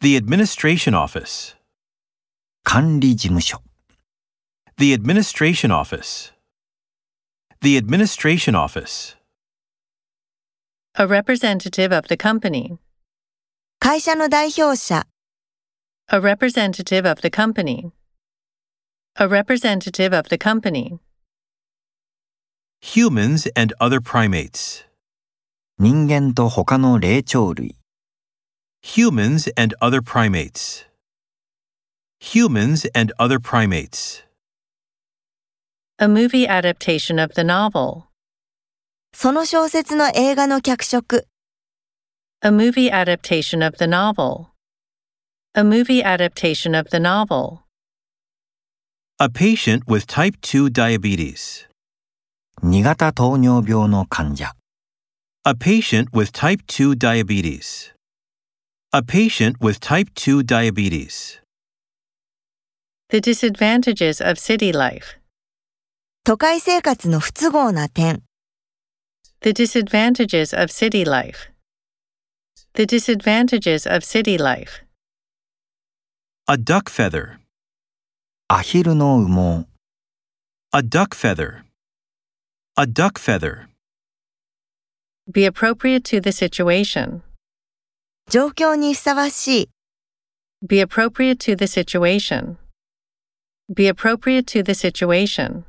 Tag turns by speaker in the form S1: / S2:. S1: The Administration Office.
S2: 管理事務所、
S1: The Administration Office. The Administration Office.
S3: A representative of the company.
S4: 会社の代表者、
S3: A representative of the company. A representative of the company.
S1: Humans and Other Primates.
S2: 人間と他の霊長類、
S1: Humans and Other Primates. Humans and Other Primates.
S3: A movie adaptation of the novel.
S4: その小説の映画の脚色、
S3: A movie adaptation of the novel. A movie adaptation of the novel.
S1: A patient with type 2 diabetes.
S2: 2型糖尿病の患者、
S1: A patient with type 2 diabetes. A patient with type 2 diabetes.
S3: The disadvantages of city life.
S4: 都会生活の不都合な点、
S3: The disadvantages of city life. The disadvantages of city life.
S1: A duck feather.
S2: アヒルの羽毛、
S1: A duck feather. A duck feather.
S3: Be appropriate to the situation.
S4: 状況にふさわしい、
S3: Be appropriate to the situation. Be appropriate to the situation.